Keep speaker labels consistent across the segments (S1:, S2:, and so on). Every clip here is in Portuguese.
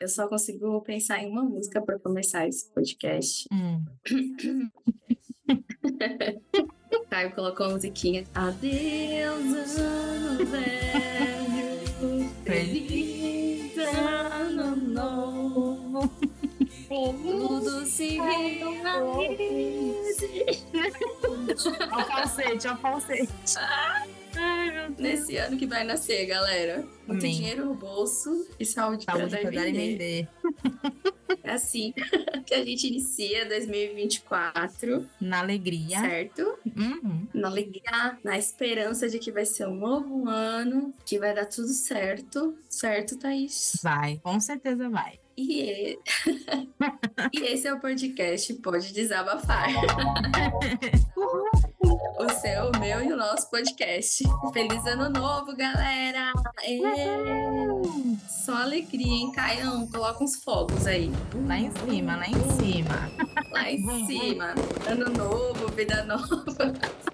S1: Eu só consigo pensar em uma música para começar esse podcast.
S2: Hum.
S1: Caio colocou a musiquinha. Adeus, ano velho. Feliz ano novo. Tudo se realize.
S2: Ao falsete, ao falsete. Ai, meu Deus.
S1: Nesse ano que vai nascer, galera. Muito
S2: Amém.
S1: dinheiro no bolso e saúde,
S2: Saúde
S1: pra
S2: pra dar
S1: vender.
S2: e vender.
S1: É assim que a gente inicia 2024,
S2: Na alegria.
S1: certo?
S2: Uhum.
S1: na alegria, na esperança de que vai ser um novo ano, que vai dar tudo certo, certo, Thaís?
S2: Vai, com certeza vai.
S1: E, e- e esse é o podcast Pode Desabafar. o seu, o meu e o nosso podcast. Feliz ano novo, galera! Ê! Só alegria, hein, Caião? Coloca uns fogos aí.
S2: Lá em cima, lá em
S1: Uhum.
S2: cima.
S1: Lá em cima. Ano novo, vida nova.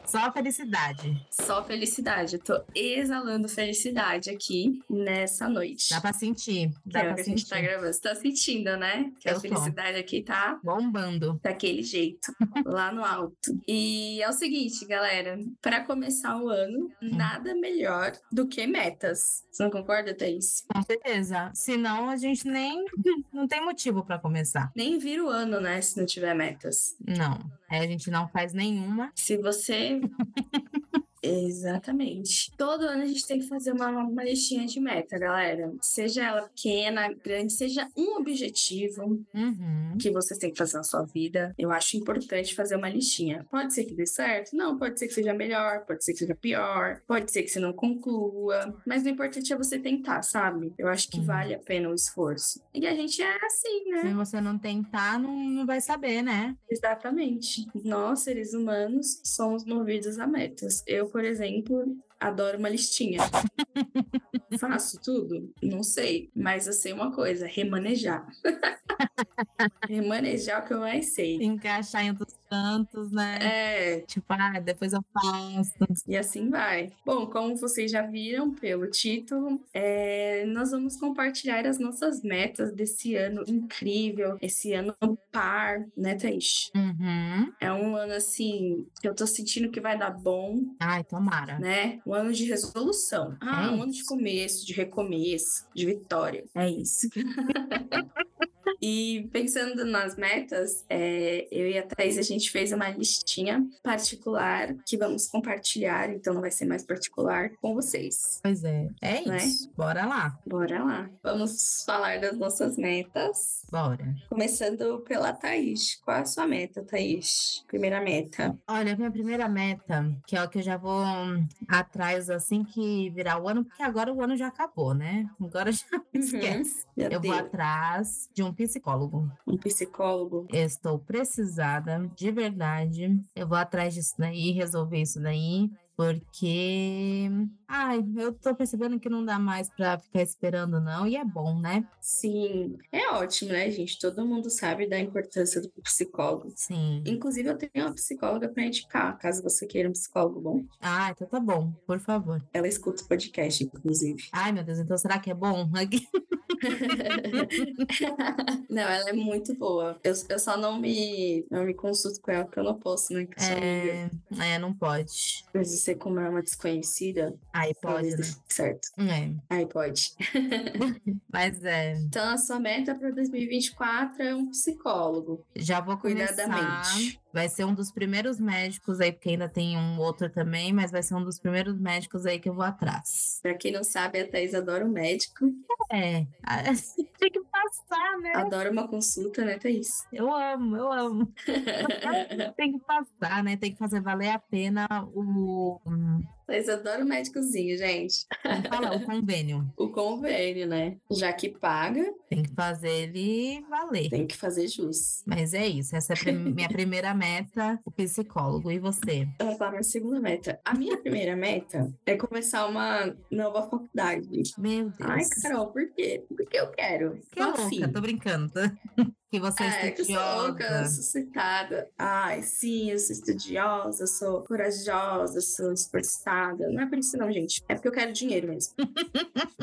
S2: Só felicidade.
S1: Só felicidade. Eu tô exalando felicidade aqui nessa noite.
S2: Dá pra sentir.
S1: Que
S2: Dá
S1: é o
S2: pra
S1: que a
S2: sentir.
S1: gente tá gravando. Você tá sentindo, né? Que
S2: Eu
S1: a
S2: tô.
S1: felicidade aqui tá
S2: Bombando.
S1: daquele jeito, lá no alto. E é o seguinte, galera, para começar o ano, nada melhor do que metas. Você não concorda, Thaís?
S2: Com certeza. Senão a gente nem. Não tem motivo pra começar.
S1: Nem vira o ano, né, se não tiver metas.
S2: Não. Aí a gente não faz nenhuma.
S1: Se você Exatamente. Todo ano a gente tem que fazer uma, uma listinha de meta, galera. Seja ela pequena, grande, seja um objetivo,
S2: Uhum.
S1: que vocês têm que fazer na sua vida. Eu acho importante fazer uma listinha. Pode ser que dê certo? Não, pode ser que seja melhor, pode ser que seja pior, pode ser que você não conclua. Mas o importante é você tentar, sabe? Eu acho que
S2: Uhum.
S1: vale a pena o esforço. E a gente é assim, né?
S2: Se você não tentar, não, não vai saber, né?
S1: Exatamente. Nós, seres humanos, somos movidos a metas. Eu, por exemplo, adoro uma listinha. Faço tudo? Não sei. Mas eu sei uma coisa: remanejar. remanejar é o que eu mais sei.
S2: Encaixar em outros cantos, né?
S1: É,
S2: Tipo, ah, depois eu faço.
S1: e assim vai. Bom, como vocês já viram pelo título, é, nós vamos compartilhar as nossas metas desse ano incrível, esse ano par, né, Thaís?
S2: Uhum.
S1: É um ano assim que eu tô sentindo que vai dar bom,
S2: Ai, tomara.
S1: né? Um ano de resolução. Ah,
S2: É
S1: um ano de começo, de recomeço, de vitória. É isso. E pensando nas metas, é, eu e a Thaís, a gente fez uma listinha particular que vamos compartilhar, então não vai ser mais particular, com vocês.
S2: Pois é. É
S1: Né?
S2: isso. Bora lá.
S1: Bora lá. Vamos falar das nossas metas.
S2: Bora.
S1: Começando pela Thaís. Qual é a sua meta, Thaís? Primeira meta.
S2: Olha, minha primeira meta, que é o que eu já vou hum, atrás assim que virar o ano, porque agora o ano já acabou, né? Agora já esquece.
S1: Meu
S2: Eu vou
S1: Deus.
S2: atrás de um psicólogo.
S1: Um psicólogo.
S2: Eu estou precisada, de verdade. Eu vou atrás disso daí, resolver isso daí, porque. Ai, eu tô percebendo que não dá mais pra ficar esperando, não. E é bom, né?
S1: Sim, é ótimo, né, gente? Todo mundo sabe da importância do psicólogo.
S2: Sim.
S1: Inclusive, eu tenho uma psicóloga para indicar, caso você queira um psicólogo bom.
S2: Ah, então tá bom, por favor.
S1: Ela escuta o podcast, inclusive.
S2: Ai, meu Deus, então será que é bom?
S1: Não, ela é muito boa. Eu, eu só não me, não me consulto com ela, porque eu não posso, né? que eu sou amiga.
S2: É, é, não pode.
S1: Mas você, como é uma desconhecida,
S2: Aí pode,
S1: talvez
S2: né?
S1: dê certo.
S2: É,
S1: Aí pode.
S2: mas é,
S1: Então, a sua meta para 2024 é um psicólogo,
S2: já vou começar.
S1: cuidadamente.
S2: Vai ser um dos primeiros médicos aí, porque ainda tem um outro também, mas vai ser um dos primeiros médicos aí que eu vou atrás.
S1: Para quem não sabe, a Thaís adora um médico,
S2: É, tem que passar, né?
S1: adora uma consulta, né, Thaís?
S2: Eu amo, eu amo. Tem que passar, né? Tem que fazer valer a pena o,
S1: Mas eu adoro o médicozinho, gente.
S2: como fala, o convênio.
S1: O convênio, né? Já que paga,
S2: Tem que fazer ele valer.
S1: tem que fazer jus.
S2: Mas é isso, essa é a prim- minha primeira meta, o psicólogo. E você?
S1: Eu vou falar minha segunda meta. A minha primeira meta é começar uma nova faculdade.
S2: Meu Deus.
S1: Ai, Carol, por quê? Porque eu quero.
S2: que
S1: Tô afim.
S2: louca, tô brincando. que você é,
S1: que eu sou louca,
S2: estudiosa.
S1: suscitada. Ai, sim, eu sou estudiosa, sou corajosa, sou esforçada. Não é por isso não, gente. É porque eu quero dinheiro mesmo.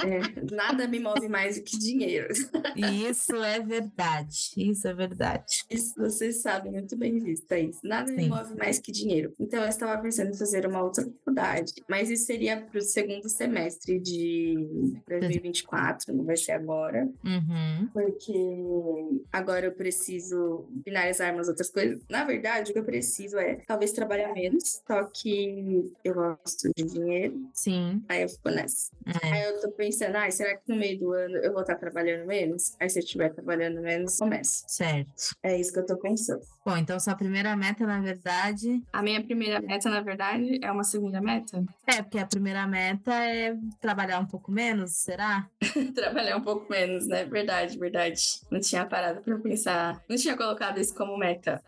S1: É, nada me move mais do que dinheiro.
S2: Isso é verdade. Isso é verdade.
S1: Isso vocês sabem muito bem disso, Thaís. Nada me
S2: Sim.
S1: move mais que dinheiro. Então, eu estava pensando em fazer uma outra faculdade, mas isso seria para o segundo semestre de 2024, não vai ser agora,
S2: Uhum.
S1: porque agora eu preciso finalizar umas outras coisas. Na verdade, o que eu preciso é talvez trabalhar menos, só que eu gosto de dinheiro,
S2: Sim.
S1: aí eu fico nessa.
S2: É.
S1: Aí eu tô pensando, ai, será que no meio do ano eu vou estar trabalhando menos? Aí se eu estiver trabalhando menos, começa.
S2: Certo.
S1: É isso que eu tô pensando.
S2: Bom, então sua primeira meta, na verdade,
S1: A minha primeira meta, na verdade, é uma segunda meta.
S2: é porque a primeira meta é trabalhar um pouco menos, será?
S1: Trabalhar um pouco menos, né? Verdade, verdade. Não tinha parado pra pensar. Não tinha colocado isso como meta.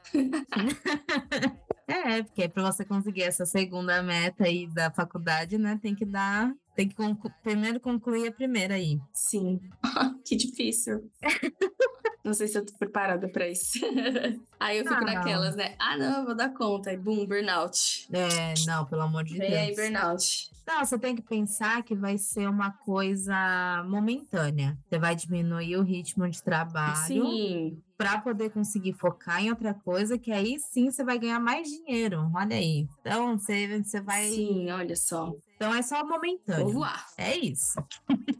S2: É, porque para você conseguir essa segunda meta aí da faculdade, né, tem que dar, tem que conclu- primeiro concluir a primeira aí.
S1: Sim. que difícil. Não sei se eu tô preparada pra isso. Aí eu fico
S2: Ah, não.
S1: naquelas, né? Ah, não, eu vou dar conta. Aí, boom, burnout.
S2: É, não, pelo amor de
S1: Vem aí,
S2: Deus.
S1: burnout.
S2: Não, você tem que pensar que vai ser uma coisa momentânea. Você vai diminuir o ritmo de trabalho
S1: Sim.
S2: para poder conseguir focar em outra coisa, que aí sim você vai ganhar mais dinheiro. Olha aí. Então, você, você vai.
S1: Sim, olha só.
S2: Então é só
S1: Vou
S2: momentâneo.
S1: voar.
S2: É isso.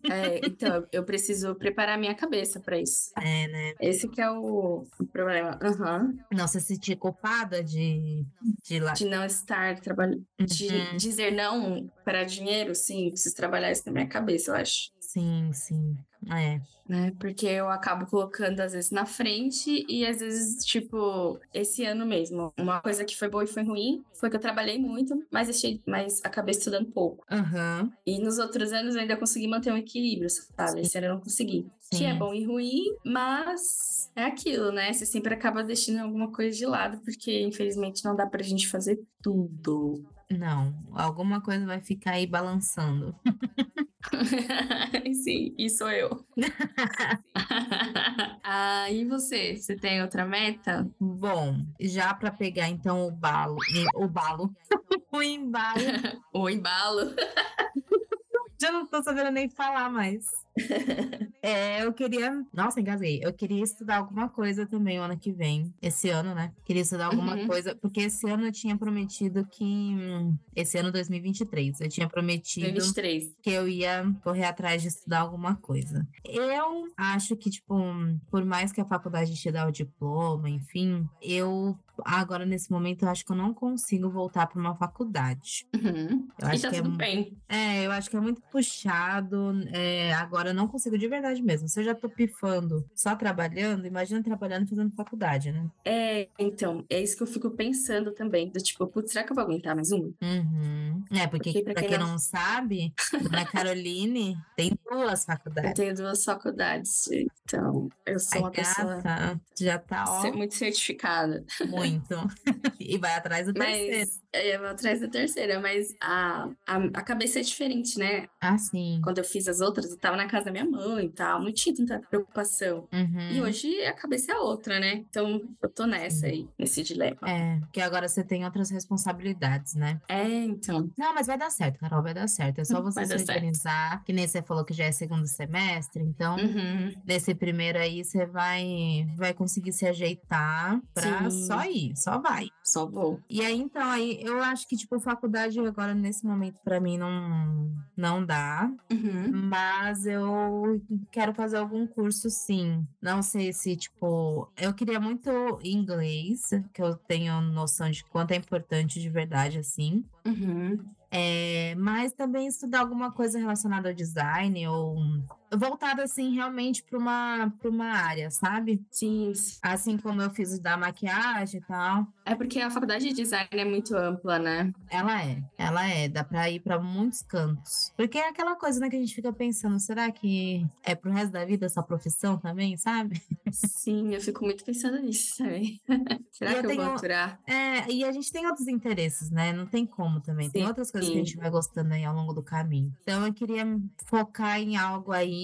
S1: É, então, eu preciso preparar minha cabeça pra isso.
S2: É, né?
S1: Esse que é o o problema. Aham.
S2: Não se sentir culpada de, de lá.
S1: de não estar trabalhando, de
S2: Uhum.
S1: dizer não para dinheiro, sim, preciso trabalhar isso na minha cabeça, eu acho.
S2: Sim, sim. É.
S1: Né? Porque eu acabo colocando às vezes na frente e às vezes, tipo, esse ano mesmo, uma coisa que foi boa e foi ruim foi que eu trabalhei muito, mas achei, mas acabei estudando pouco.
S2: Aham.
S1: E nos outros anos eu ainda consegui manter um equilíbrio, sabe? Esse ano eu não consegui. Que é
S2: Sim.
S1: bom e ruim, mas é aquilo, né? Você sempre acaba deixando alguma coisa de lado, porque infelizmente não dá pra gente fazer tudo.
S2: Não. Alguma coisa vai ficar aí balançando.
S1: Sim, e sou eu. ah, e você? Você tem outra meta?
S2: Bom, já para pegar então o balo, e- o balo, o embalo,
S1: O embalo?
S2: já não tô sabendo nem falar mais. É, eu queria, nossa, engasguei. Eu queria estudar alguma coisa também o ano que vem, esse ano, né? Queria estudar alguma
S1: Uhum.
S2: coisa, porque esse ano eu tinha prometido que hum, esse ano 2023, eu tinha prometido
S1: 23.
S2: que eu ia correr atrás de estudar alguma coisa. Eu acho que, tipo, por mais que a faculdade te dá o diploma, enfim, eu agora nesse momento eu acho que eu não consigo voltar para uma faculdade.
S1: Uhum.
S2: Eu
S1: E
S2: acho
S1: tá
S2: que é
S1: tudo bem.
S2: É, eu acho que é muito puxado. é, agora eu não consigo de verdade mesmo. Se eu já tô pifando só trabalhando, imagina trabalhando e fazendo faculdade, né?
S1: É, então, é isso que eu fico pensando também. Do tipo, putz, será que eu vou aguentar mais um?
S2: Uhum. É, porque,
S1: Porque pra
S2: pra,
S1: quem
S2: quem
S1: não-
S2: não sabe, na Caroline tem duas
S1: Eu
S2: faculdades.
S1: tenho duas faculdades, então eu sou
S2: A
S1: uma pessoa
S2: gata já tá, ó.
S1: ser muito certificada.
S2: Muito. e vai atrás do terceiro.
S1: Mas é, eu vou atrás da terceira, mas a, a, a cabeça é diferente, né?
S2: Ah, sim.
S1: Quando eu fiz as outras, eu tava na casa da minha mãe e tal, não tinha tanta preocupação.
S2: Uhum.
S1: E hoje a cabeça é outra, né? Então eu tô nessa aí, nesse dilema.
S2: É, porque agora você tem outras responsabilidades, né?
S1: É, então.
S2: Não, mas vai dar certo, Carol, vai dar certo. É só
S1: Uhum,
S2: você
S1: Vai
S2: se
S1: dar certo.
S2: organizar, que nem você falou que já é segundo semestre, então
S1: Uhum.
S2: nesse primeiro aí você vai, vai conseguir se ajeitar pra
S1: Sim.
S2: só ir, só vai.
S1: Só vou.
S2: E aí, então, aí eu acho que, tipo, faculdade agora, nesse momento, pra mim, não, não dá.
S1: Uhum.
S2: Mas eu quero fazer algum curso, sim. Não sei se, tipo, eu queria muito inglês, que eu tenho noção de quanto é importante de verdade, assim.
S1: Uhum.
S2: É, mas também estudar alguma coisa relacionada ao design ou voltada, assim, realmente para uma, pra uma área, sabe?
S1: Sim.
S2: Assim como eu fiz o da maquiagem e tal.
S1: É porque a faculdade de design é muito ampla, né?
S2: Ela é, ela é, dá pra ir pra muitos cantos. Porque é aquela coisa, né, que a gente fica pensando, será que é pro resto da vida essa profissão também, sabe?
S1: Sim, eu fico muito pensando nisso também. Será
S2: E eu
S1: que eu vou
S2: tenho-
S1: aturar?
S2: É, e a gente tem outros interesses, né? Não tem como também. Tem
S1: Sim.
S2: outras coisas que a gente vai gostando aí ao longo do caminho. Então eu queria focar em algo aí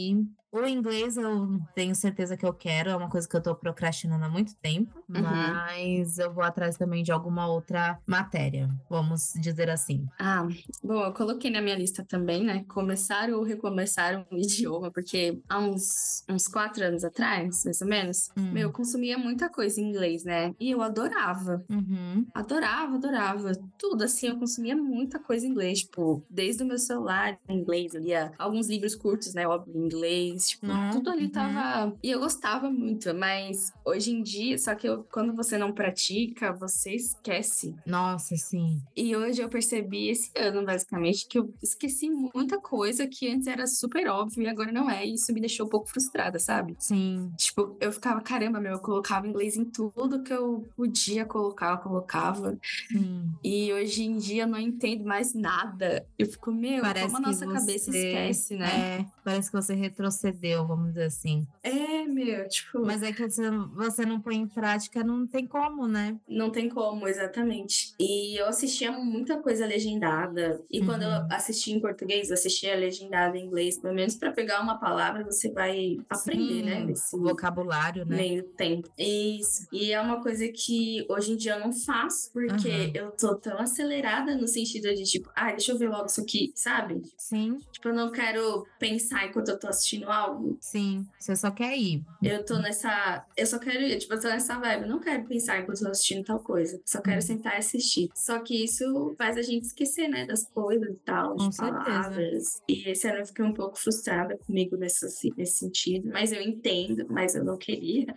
S2: O inglês eu tenho certeza que eu quero, é uma coisa que eu tô procrastinando há muito tempo,
S3: Uhum.
S2: mas eu vou atrás também de alguma outra matéria, vamos dizer assim.
S1: Ah, bom, eu coloquei na minha lista também, né? Começar ou recomeçar um idioma, porque há uns, uns quatro anos atrás, mais ou menos,
S2: Hum.
S1: meu, eu consumia muita coisa em inglês, né? E eu adorava.
S2: Uhum.
S1: Adorava, adorava. Tudo assim, eu consumia muita coisa em inglês, tipo, desde o meu celular em inglês, eu lia alguns livros curtos, né? Óbvio, em inglês, tipo,
S2: Uhum,
S1: tudo ali
S2: uhum.
S1: tava. E eu gostava muito, mas hoje em dia, só que eu- quando você não pratica, você esquece.
S2: Nossa, sim.
S1: E hoje eu percebi esse ano, basicamente, que eu esqueci muita coisa que antes era super óbvio e agora não é. E isso me deixou um pouco frustrada, sabe?
S2: Sim.
S1: Tipo, eu ficava, caramba, meu, eu colocava inglês em tudo que eu podia colocar, eu colocava.
S2: Sim.
S1: E hoje em dia eu não entendo mais nada. Eu fico, meu,
S2: Parece
S1: como a
S2: que
S1: nossa cabeça
S2: você-
S1: esquece, né?
S2: É, parece que você retrocedeu, vamos dizer assim.
S1: É, meu, tipo,
S2: Mas é que você, você não põe em prática, não tem como, né?
S1: não tem como, exatamente. E eu assistia muita coisa legendada. E quando eu
S2: Uhum.
S1: assistia em português, eu assistia legendada em inglês, pelo menos pra pegar uma palavra, você vai aprender,
S2: Sim,
S1: né? Esse-
S2: O vocabulário, né?
S1: meio tempo. Isso. E é uma coisa que hoje em dia eu não faço, porque
S2: Aham.
S1: eu tô tão acelerada no sentido de, tipo, ah, deixa eu ver logo isso aqui, sabe?
S2: Sim,
S1: Tipo, eu não quero pensar enquanto eu tô assistindo algo.
S2: sim. Você só quer ir.
S1: Eu tô nessa. Eu só quero, tipo, eu tô nessa vibe. Eu não quero pensar enquanto eu tô assistindo tal coisa. Só quero
S2: Uhum.
S1: sentar e assistir. Só que isso faz a gente esquecer, né, das coisas e tal,
S2: Com
S1: de
S2: certeza.
S1: palavras. E esse ano eu fiquei um pouco frustrada comigo nessa, assim, nesse sentido. Mas eu entendo, mas eu não queria.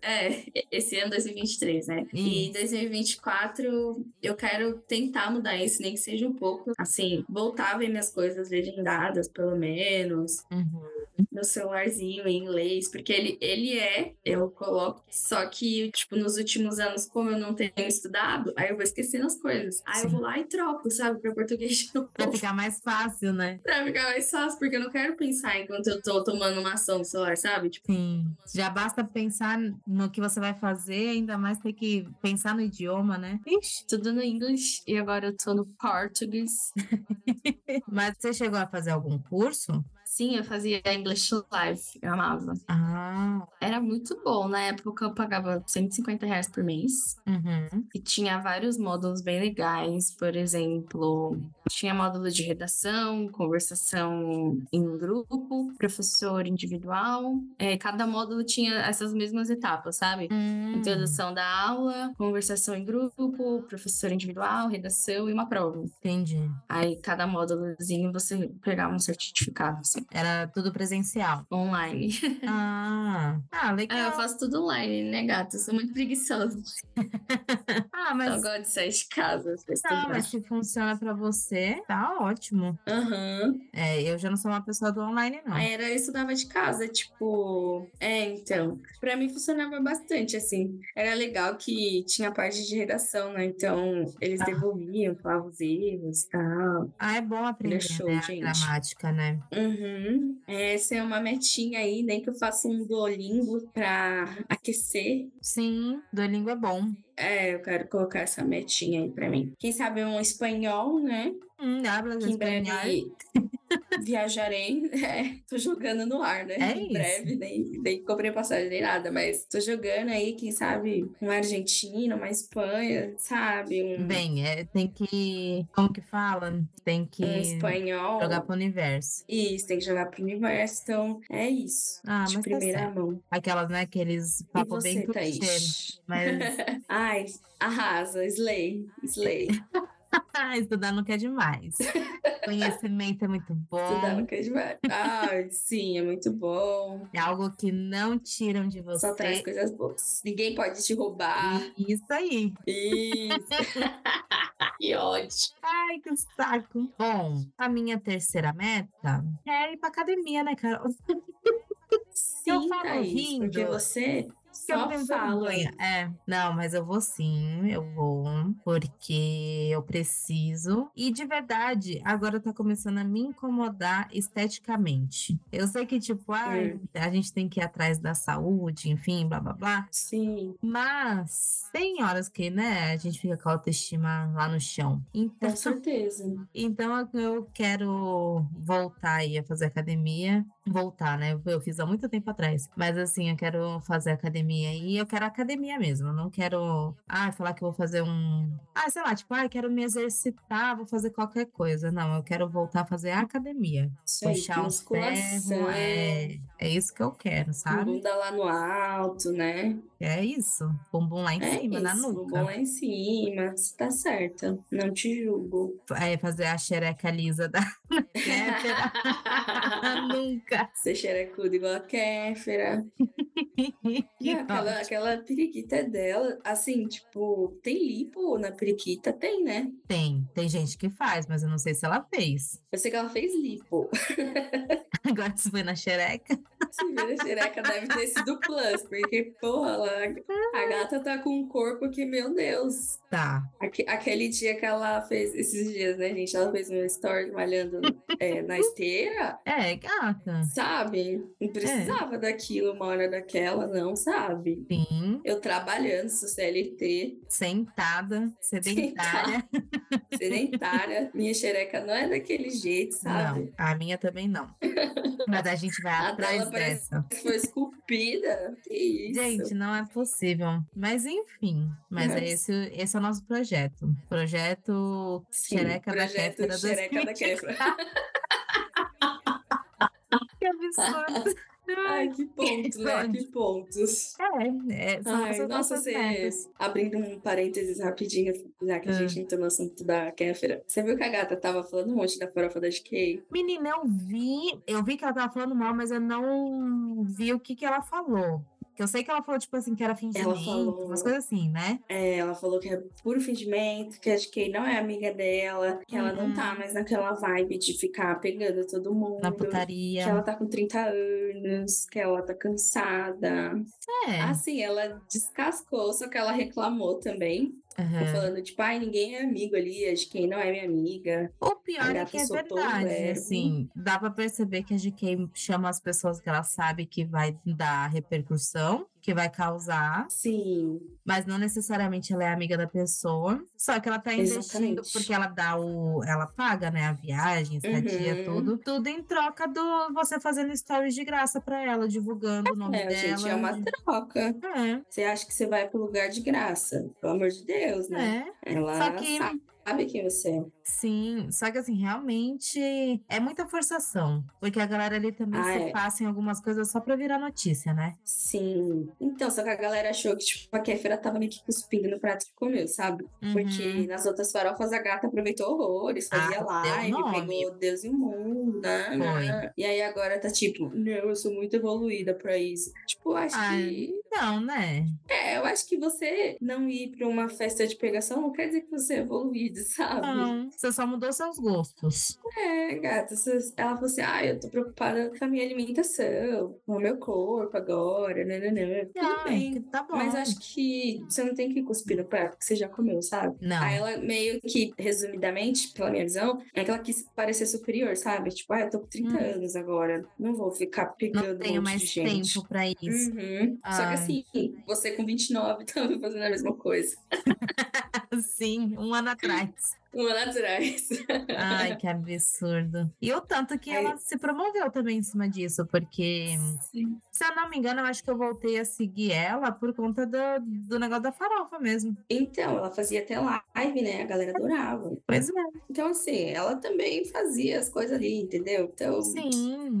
S1: É, esse ano 2023, né? E
S2: Isso.
S1: 2024 eu quero tentar mudar isso, nem que seja um pouco. Assim, voltar a ver minhas coisas legendadas, pelo menos.
S2: Uhum.
S1: Meu celularzinho em inglês, porque ele, ele é, eu coloco. Só que, tipo, nos últimos anos, como eu não tenho estudado, aí eu vou esquecendo as coisas. Aí eu
S2: Sim.
S1: vou lá e troco, sabe? Pra português de novo.
S2: Pra ficar mais fácil, né?
S1: Pra ficar mais fácil, porque eu não quero pensar enquanto eu tô tomando uma ação do celular, sabe? Tipo,
S2: Sim. Já basta pensar no que você vai fazer, ainda mais ter que pensar no idioma, né? Ixi.
S1: tudo no inglês e agora eu tô no português.
S2: Mas você chegou a fazer algum curso?
S1: Sim, eu fazia English Live, eu amava.
S2: Ah,
S1: Era muito bom. Na época eu pagava R$ 150 reais por mês
S2: uhum.
S1: e tinha vários módulos bem legais. Por exemplo, tinha módulo de redação, conversação em um grupo, professor individual. É, cada módulo tinha essas mesmas etapas, sabe?
S2: Hum, Então,
S1: Introdução da aula, conversação em grupo, professor individual, redação e uma prova.
S2: Entendi.
S1: Aí cada módulozinho você pegava um certificado assim,
S2: Era tudo presencial.
S1: online.
S2: Ah, ah
S1: Ah, eu
S2: legal.
S1: faço tudo online, né, gata? Eu sou muito preguiçosa.
S2: Ah,
S1: Eu
S2: mas,
S1: gosto de sair de casa. pra
S2: não,
S1: estudar.
S2: mas se funciona pra você, tá ótimo.
S1: Aham.
S2: É, eu já não sou uma pessoa do online, não.
S1: Aí era, eu estudava de casa, tipo. É, então. Pra mim funcionava bastante, assim. Era legal que tinha a parte de redação, né? Então, eles
S2: Ah.
S1: devolviam, falavam os erros e tal.
S2: Ah, é bom aprender
S1: show,
S2: né,
S1: gente.
S2: a gramática, né?
S1: Uhum. Essa é uma metinha aí, nem que eu faça um Duolingo pra aquecer.
S2: Sim, Duolingo é bom.
S1: É, eu quero colocar essa metinha aí pra mim. Quem sabe um espanhol, né?
S2: Hum, habla
S1: que em breve
S2: espanhol.
S1: viajarei. É, tô jogando no ar, né?
S2: É
S1: em
S2: isso.
S1: breve, nem, nem comprei passagem nem nada, mas tô jogando aí, quem sabe, uma Argentina, uma Espanha, sabe? Um,
S2: Bem, é, tem que. Como que fala? Tem que
S1: um espanhol.
S2: jogar pro universo.
S1: Isso, tem que jogar pro universo. Então, é isso.
S2: Ah,
S1: de
S2: mas tá
S1: primeira
S2: certo.
S1: mão.
S2: Aquelas, né, aqueles
S1: E
S2: papo bem
S1: você,
S2: clichê.
S1: Thaís?
S2: Mas
S1: Ai, arrasa, slay, slay.
S2: estudar nunca é demais. Conhecimento é muito
S1: Estudar
S2: bom.
S1: no Cajubá. Ai, sim, é muito bom.
S2: É algo que não tiram de você.
S1: Só traz coisas boas. Ninguém pode te roubar.
S2: Isso aí.
S1: Isso. que ótimo.
S2: Ai, que saco. Bom, a minha terceira meta é ir pra academia, né, Carol?
S1: Sim,
S2: Eu falo
S1: Thaís,
S2: rindo.
S1: porque você
S2: Que eu
S1: só
S2: tenho
S1: fala.
S2: vergonha. É, não, mas eu vou sim, eu vou, porque eu preciso. E de verdade, agora tá começando a me incomodar esteticamente. Eu sei que, tipo, ai,
S1: É.
S2: a gente tem que ir atrás da saúde, enfim, blá blá blá.
S1: Sim,
S2: Mas tem horas que, né, a gente fica com a autoestima lá no chão. Então,
S1: com certeza.
S2: Então eu- eu quero voltar aí a fazer academia. voltar, né? Eu fiz há muito tempo atrás. Mas assim, eu quero fazer academia e eu quero academia mesmo. Eu não quero, ah, falar que eu vou fazer um. Ah, sei lá, tipo, ah, eu quero me exercitar, vou fazer qualquer coisa. Não, eu quero voltar a fazer academia.
S1: Isso aí,
S2: Puxar uns ferros.
S1: É, musculação. Uhum.
S2: É, é isso que eu quero, sabe?
S1: Bunda lá no alto, né?
S2: É isso. Bumbum lá em
S1: é
S2: cima,
S1: isso,
S2: na
S1: bumbum
S2: nuca.
S1: lá em cima. Você tá certa. Não te julgo.
S2: É, fazer a xereca lisa da Kéfera. Nunca.
S1: Você xerecuda igual a Kéfera. Não, aquela, aquela periquita é dela. Assim, tipo, tem lipo na periquita? Tem, né?
S2: Tem, tem gente que faz, mas eu não sei se ela fez.
S1: Eu sei que ela fez lipo.
S2: Agora se foi na xereca.
S1: Se vira xereca, deve ter sido plus, porque, porra, ela- a gata tá com um corpo que, meu Deus.
S2: Tá.
S1: Aque- Aquele dia que ela fez, esses dias, né, gente? Ela fez um story malhando é, na esteira,
S2: É, gata.
S1: sabe? Não
S2: É.
S1: precisava daquilo uma hora daquela, não, sabe?
S2: Sim,
S1: Eu trabalhando, sou CLT,
S2: sentada, sedentária.
S1: sedentária, minha xereca não é daquele jeito, sabe?
S2: Não, a minha também não. Mas a gente vai
S1: A
S2: atrás
S1: dela parece-
S2: dessa.
S1: Foi esculpida, que isso.
S2: Gente, não é possível. Mas enfim, mas é
S1: É.
S2: esse, esse é o nosso projeto. Projeto
S1: Sim,
S2: Xereca da
S1: projeto
S2: Kéfera
S1: xereca da
S2: 2024.
S1: Kéfera.
S2: Que absurdo.
S1: Ai, que ponto, né?
S2: Onde?
S1: Que pontos.
S2: É, é, são
S1: Ai, nossa,
S2: essas nossas
S1: você,
S2: metas.
S1: abrindo um parênteses rapidinho, já que a
S2: Ah.
S1: gente entrou no assunto da Kéfera. Você viu que a gata tava falando um monte da farofa da GK?
S2: Menina, eu vi, eu vi que ela tava falando mal, mas eu não vi o que que ela falou. Que eu sei que ela falou, tipo assim, que era fingimento,
S1: falou-
S2: umas coisas assim, né?
S1: É, ela falou que é puro fingimento, que a GK não é amiga dela, que ela não tá
S2: Uhum.
S1: mais naquela vibe de ficar pegando todo mundo. né?
S2: Na
S1: Que
S2: putaria.
S1: ela tá com 30 anos, que ela tá cansada.
S2: É.
S1: Assim, ela descascou, só que ela reclamou também.
S2: aham.
S1: Falando, tipo, ai, ninguém é amigo ali, a GK não é minha amiga.
S2: O
S1: A
S2: pior é
S1: gata
S2: que é
S1: soltou o
S2: verdade,
S1: verbo.
S2: assim, dá pra perceber que a GK chama as pessoas que ela sabe que vai dar repercussão, que vai causar,
S1: Sim,
S2: mas não necessariamente ela é amiga da pessoa. Só que ela tá investindo
S1: Exatamente.
S2: porque ela dá o. Ela paga, né? A viagem, estadia,
S1: Uhum.
S2: tudo. Tudo em troca do você fazendo stories de graça pra ela, divulgando o nome
S1: É,
S2: dela.
S1: gente, é uma troca.
S2: É,
S1: Você acha que você vai pro lugar de graça? Pelo amor de Deus, né?
S2: é.
S1: Ela
S2: Só que.
S1: sabe quem você é.
S2: Sim, só que assim, realmente é muita forçação. Porque a galera ali também
S1: Ah,
S2: se
S1: é.
S2: passa em algumas coisas só pra virar notícia, né?
S1: Sim. Então, só que a galera achou que tipo, a Kéfera tava meio que cuspindo no prato que comeu, sabe? Porque
S2: Uhum.
S1: nas outras farofas a gata aproveitou horrores, fazia
S2: Ah, deu
S1: live,
S2: nome.
S1: pegou Deus e o mundo. né,
S2: Foi.
S1: né. E aí agora tá tipo, não, eu sou muito evoluída pra isso. Tipo, acho
S2: Ai.
S1: que.
S2: Não, né?
S1: É, eu acho que você não ir pra uma festa de pegação não quer dizer que você é evoluído, sabe?
S2: Não, você só mudou seus gostos.
S1: É, gata, essas- ela falou assim: ah, eu tô preocupada com a minha alimentação, com o meu corpo agora, nananã. Tudo
S2: Ai,
S1: bem.
S2: que tá bom.
S1: Mas acho que você não tem que cuspir no prato que você já comeu, sabe?
S2: Não,
S1: Aí é ela meio que, resumidamente, pela minha visão, é que ela quis parecer superior, sabe? Tipo, ah, eu tô com 30
S2: Hum.
S1: anos agora, não vou ficar
S2: não
S1: pegando um
S2: tenho
S1: monte de
S2: mais
S1: gente.
S2: tempo pra isso.
S1: Uhum. Só
S2: Ai.
S1: que assim, você com 29 tava fazendo a mesma coisa.
S2: Sim, um ano atrás.
S1: Um ano atrás.
S2: Ai, que absurdo. E o tanto que
S1: Aí-
S2: ela se promoveu também em cima disso, porque.
S1: Sim.
S2: Se eu não me engano, eu acho que eu voltei a seguir ela por conta do, do negócio da farofa mesmo.
S1: Então, ela fazia até live, né? A galera adorava.
S2: Pois é.
S1: Então, assim, ela também fazia as coisas ali, entendeu? Então,
S2: Sim,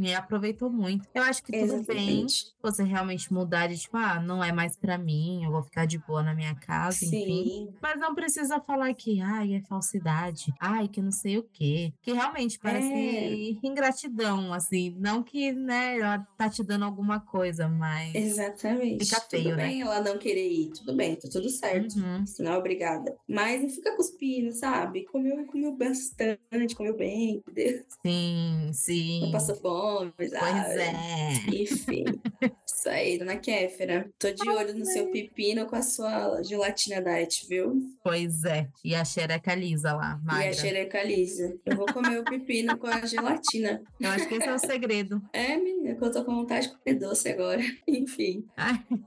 S2: e aproveitou muito. Eu acho que tudo bem você realmente mudar de tipo, ah, não é mais pra mim, eu vou ficar de boa na minha casa, enfim.
S1: Sim,
S2: Mas não precisa falar que, ai, é falsidade, ai, que não sei o quê. Que realmente parece
S1: É.
S2: ingratidão, assim. Não que, né, ela tá te dando alguma coisa, mas.
S1: exatamente.
S2: Fica feio,
S1: tudo
S2: né?
S1: bem ela não querer ir, tudo bem, tá tudo certo.
S2: Uhum.
S1: Não, é obrigada. Mas não fica cuspindo, sabe? Comeu, comeu bastante, comeu bem, entendeu?
S2: Sim, sim.
S1: Não passou fome,
S2: Pois
S1: sabe?
S2: é.
S1: Enfim. Isso aí, dona Kéfera. Tô de olho no seu pepino com a sua gelatina diet, viu?
S2: Pois é. E a xereca lisa lá,
S1: E a
S2: magra.
S1: xereca lisa. Eu vou comer o pepino com a gelatina.
S2: Eu acho que esse é o segredo.
S1: É, menina, que eu tô com vontade de comer doce agora. Enfim,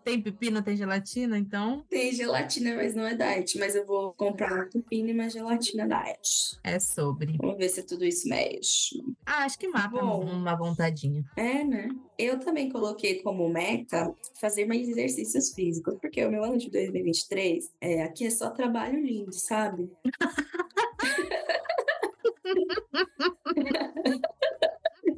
S2: Tem pepino, tem gelatina, então
S1: tem gelatina, mas não é diet. Mas eu vou comprar um pepino e uma gelatina diet.
S2: é sobre.
S1: Vamos ver se tudo isso mexe.
S2: Ah, acho que mata
S1: Bom.
S2: uma vontadinha.
S1: É, né? Eu também coloquei como meta fazer mais exercícios físicos, porque o meu ano de 2023, é, aqui é só trabalho lindo, sabe?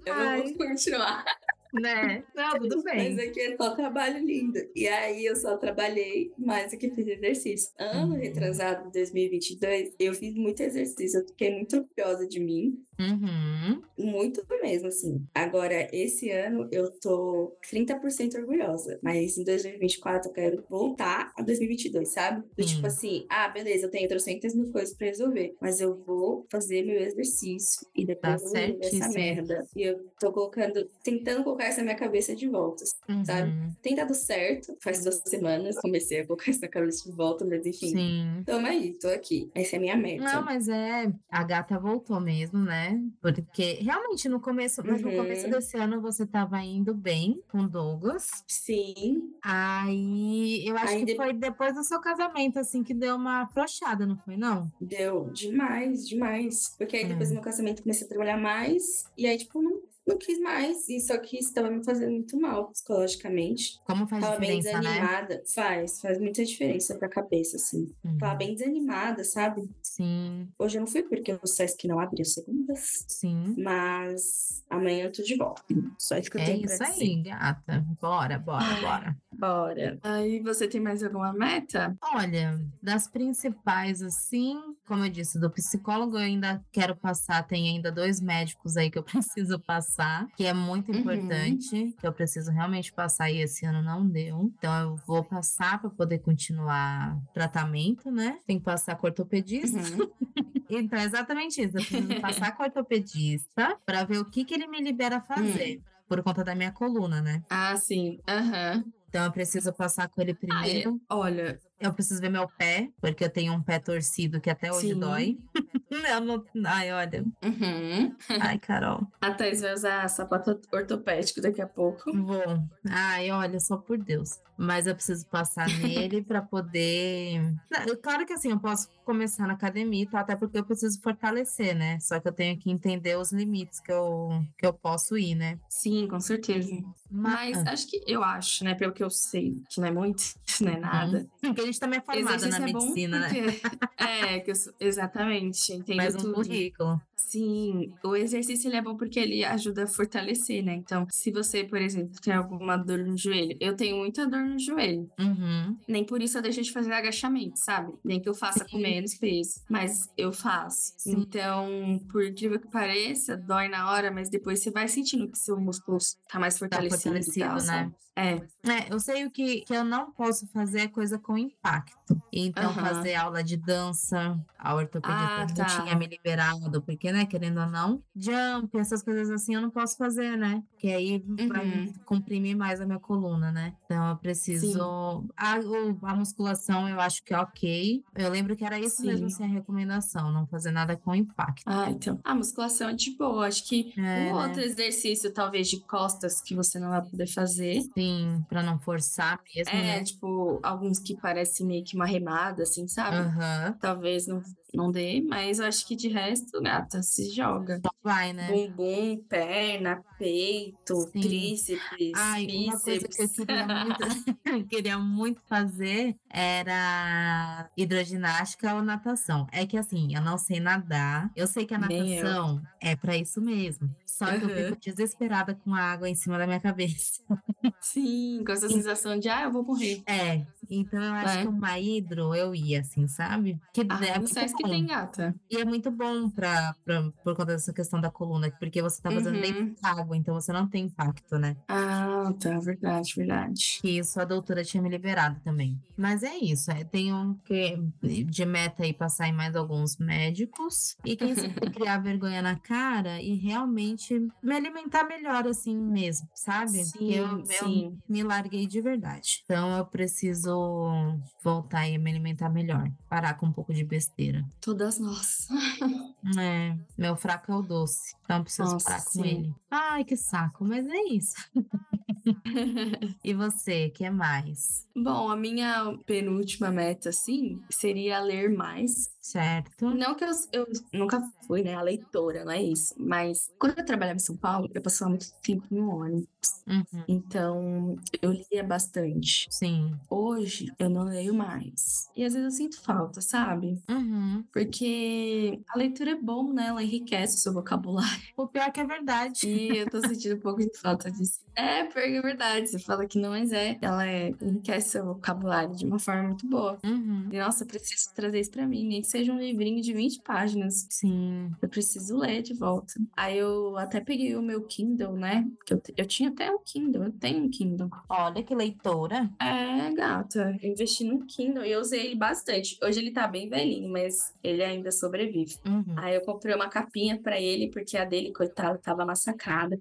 S1: Eu não
S2: Ai.
S1: vou continuar,
S2: Né? Não, tudo
S1: mas
S2: bem.
S1: aqui é só trabalho lindo. E aí eu só trabalhei mais do que fiz exercício. Ano
S2: Hum.
S1: retrasado, 2022, eu fiz muito exercício, eu fiquei muito orgulhosa de mim.
S2: Uhum.
S1: Muito mesmo, assim. Agora, esse ano eu tô 30% orgulhosa, mas em 2024 eu quero voltar a 2022, sabe? Do
S2: Sim.
S1: tipo assim, ah, beleza, eu tenho 300 mil coisas pra resolver, mas eu vou fazer meu exercício e depois eu vou resolver essa
S2: Tá certíssimo.
S1: merda. E eu tô colocando, tentando colocar essa minha cabeça de volta. Sabe?
S2: uhum.
S1: Tem dado certo, faz duas semanas comecei a colocar essa cabeça de volta, mas enfim.
S2: Sim.
S1: Tamo aí, tô aqui. Essa é a minha meta.
S2: Não, mas é, a gata voltou mesmo, né? Porque realmente no começo, mas no
S1: Uhum.
S2: começo desse ano você tava indo bem com o Douglas.
S1: Sim,
S2: Aí eu acho
S1: Aí
S2: que
S1: de-
S2: foi depois do seu casamento, assim, que deu uma afrouxada, não foi, não?
S1: Deu demais, demais. Porque aí depois
S2: É.
S1: do meu casamento eu comecei a trabalhar mais. E aí, tipo, não, não quis mais. E só que isso tava me fazendo muito mal psicologicamente.
S2: Como faz
S1: Tava bem
S2: diferença, né?
S1: desanimada. Faz, faz muita diferença pra cabeça, assim.
S2: Hum,
S1: Tava bem desanimada, sabe?
S2: Sim,
S1: Hoje eu não fui porque o Sesc não abriu segundas.
S2: sim.
S1: Mas amanhã eu tô de volta. Só isso que eu
S2: É
S1: tenho pra
S2: isso
S1: dizer.
S2: aí, gata. Bora, bora,
S1: Ai.
S2: bora.
S1: Bora. Aí você tem mais alguma meta?
S2: Olha, das principais, assim, como eu disse, do psicólogo, eu ainda quero passar. Tem ainda dois médicos aí que eu preciso passar, que é muito
S1: Uhum.
S2: importante, que eu preciso realmente passar e esse ano não deu. Então, eu vou passar para poder continuar tratamento, né? Tem que passar com ortopedista.
S1: Uhum.
S2: Então, é exatamente isso. Eu preciso passar com o ortopedista para ver o que, que ele me libera fazer. Por conta da minha coluna, né?
S1: Ah, sim. Aham.
S2: Então, eu preciso passar com ele primeiro.
S1: Olha.
S2: Eu preciso ver meu pé, porque eu tenho um pé torcido que até hoje
S1: Sim.
S2: dói. Eu não- Ai, olha.
S1: Uhum.
S2: Ai, Carol.
S1: A Thais vai usar sapato ortopédico daqui a pouco.
S2: Bom, ai, olha, só por Deus. Mas eu preciso passar nele pra poder. Na- eu- Claro que assim, eu posso começar na academia, e tal, até porque eu preciso fortalecer, né? Só que eu tenho que entender os limites que eu, que eu posso ir, né?
S1: Sim, com certeza. Ah. Mas acho que eu acho, né? Pelo que eu sei, que não é muito, não é nada.
S2: Porque a gente também é formada na
S1: Exercício é bom
S2: medicina, né?
S1: porque- É, que eu sou- exatamente, entendo
S2: Mais um
S1: tudo.
S2: currículo.
S1: Sim, o exercício ele é bom porque ele ajuda a fortalecer, né? Então, se você, por exemplo, tem alguma dor no joelho, eu tenho muita dor no joelho.
S2: Uhum.
S1: Nem por isso eu deixo de fazer agachamento, sabe? Nem que eu faça com menos peso, mas eu faço.
S2: Sim.
S1: Então, por incrível que pareça, dói na hora, mas depois você vai sentindo que seu músculo tá mais
S2: Tá
S1: fortalecido, e
S2: fortalecido,
S1: tal,
S2: né?
S1: sabe? É,
S2: É, eu sei o que, que eu não posso fazer é coisa com impacto. Então,
S1: Aham.
S2: fazer aula de dança, a ortopedista
S1: Ah,
S2: não
S1: tá.
S2: tinha me liberado, porque, né, querendo ou não, jump, essas coisas assim eu não posso fazer, né? Porque aí vai
S1: Uhum.
S2: comprimir mais a minha coluna, né? Então, eu preciso. A, o- a musculação eu acho que é ok. Eu lembro que era isso mesmo,
S1: Sim.
S2: assim, a recomendação, não fazer nada com impacto.
S1: Ah, então. A musculação é de boa. Acho que
S2: É,
S1: um
S2: né?
S1: outro exercício, talvez, de costas que você não vai poder fazer.
S2: Sim, assim, pra não forçar mesmo,
S1: É,
S2: né?
S1: tipo, alguns que parecem meio que uma remada, assim, sabe?
S2: Aham.
S1: Talvez não, não dê, mas eu acho que de resto, gata, se joga.
S2: Só vai, né?
S1: Bumbum, perna, peito,
S2: Sim.
S1: tríceps,
S2: Ai, uma coisa que eu
S1: bíceps.
S2: queria muito, queria muito fazer era hidroginástica ou natação. É que assim, eu não sei nadar. Eu sei que a
S1: Nem eu.
S2: natação é pra isso mesmo. Só que eu
S1: Aham.
S2: fico desesperada com a água em cima da minha cabeça.
S1: Sim, assim, com essa sensação de, ah, eu vou morrer.
S2: É, então eu acho
S1: É.
S2: que uma hidro eu ia, assim, sabe? Que
S1: Ah,
S2: é
S1: não
S2: muito
S1: sei se
S2: bom.
S1: tem gata.
S2: E é muito bom pra, pra, por conta dessa questão da coluna, porque você tá fazendo dentro
S1: Uhum.
S2: da água, então você não tem impacto, né?
S1: Ah, tá, verdade, verdade.
S2: Que isso a doutora tinha me liberado também. Mas é isso, é, tenho que de meta aí passar em mais alguns médicos e quem sabe criar vergonha na cara e realmente me alimentar melhor assim mesmo, sabe? Porque
S1: Sim,
S2: eu, eu
S1: sim.
S2: me larguei de verdade. Então eu preciso voltar e me alimentar melhor, parar com um pouco de besteira.
S1: Todas nós.
S2: É, meu fraco é o doce, então eu preciso
S1: Nossa,
S2: parar com
S1: sim.
S2: ele. Ai, que saco, mas é isso. E você, que mais?
S1: Bom, a minha penúltima meta, assim, seria ler mais.
S2: Certo.
S1: Não que eu, eu nunca fui, né, a leitora, não é isso. Mas quando eu trabalhava em São Paulo, eu passava muito tempo no ônibus.
S2: Uhum.
S1: Então, eu lia bastante.
S2: Sim.
S1: Hoje, eu não leio mais. E às vezes eu sinto falta, sabe?
S2: Uhum.
S1: Porque a leitura é bom, né? Ela enriquece o seu vocabulário.
S2: O pior que é verdade.
S1: E eu tô sentindo um pouco de falta disso. É, porque é verdade. Você fala que não, mas é. Ela é, enriquece seu vocabulário de uma forma muito boa.
S2: Uhum.
S1: E, nossa, eu preciso trazer isso pra mim. Nem que seja um livrinho de 20 páginas.
S2: Sim.
S1: Eu preciso ler de volta. Aí eu até peguei o meu Kindle, né? Que eu, te- eu tinha até um Kindle, eu tenho um Kindle.
S2: Olha que leitora.
S1: É, gata, eu investi no Kindle e eu usei ele bastante. Hoje ele tá bem velhinho, mas ele ainda sobrevive.
S2: Uhum.
S1: Aí eu comprei uma capinha pra ele, porque a dele, coitada, tava massacrada.